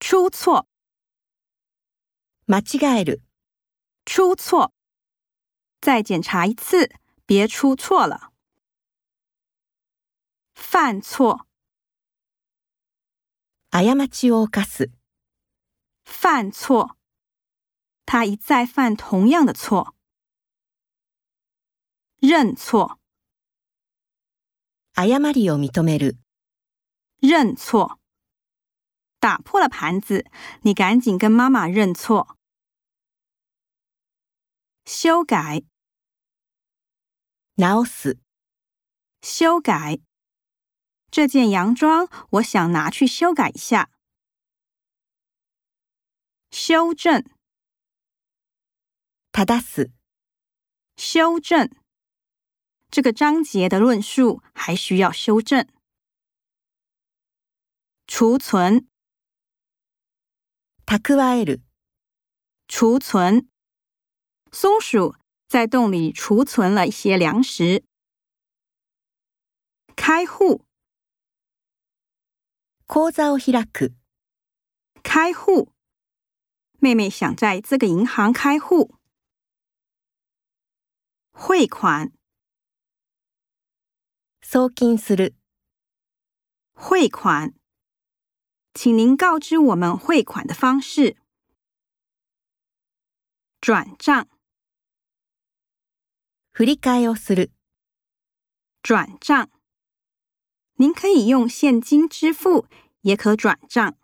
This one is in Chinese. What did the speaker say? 出错、間違える、出错。再检查一次，别出错了。犯错、過ちを犯す、犯错。他一再犯同样的错。认错、誤りを認める、认错。打破了盘子，你赶紧跟妈妈认错。修改、直す、修改。这件洋装我想拿去修改一下。修正、正す、修正。这个章节的论述还需要修正。储存、蓄える、储存。松鼠在洞里储存了一些粮食。开户、口座を開く、开户。妹妹想在这个银行开户。汇款、送金する、汇款，请您告知我们汇款的方式。转账，振り替えをする、转账，您可以用现金支付，也可转账。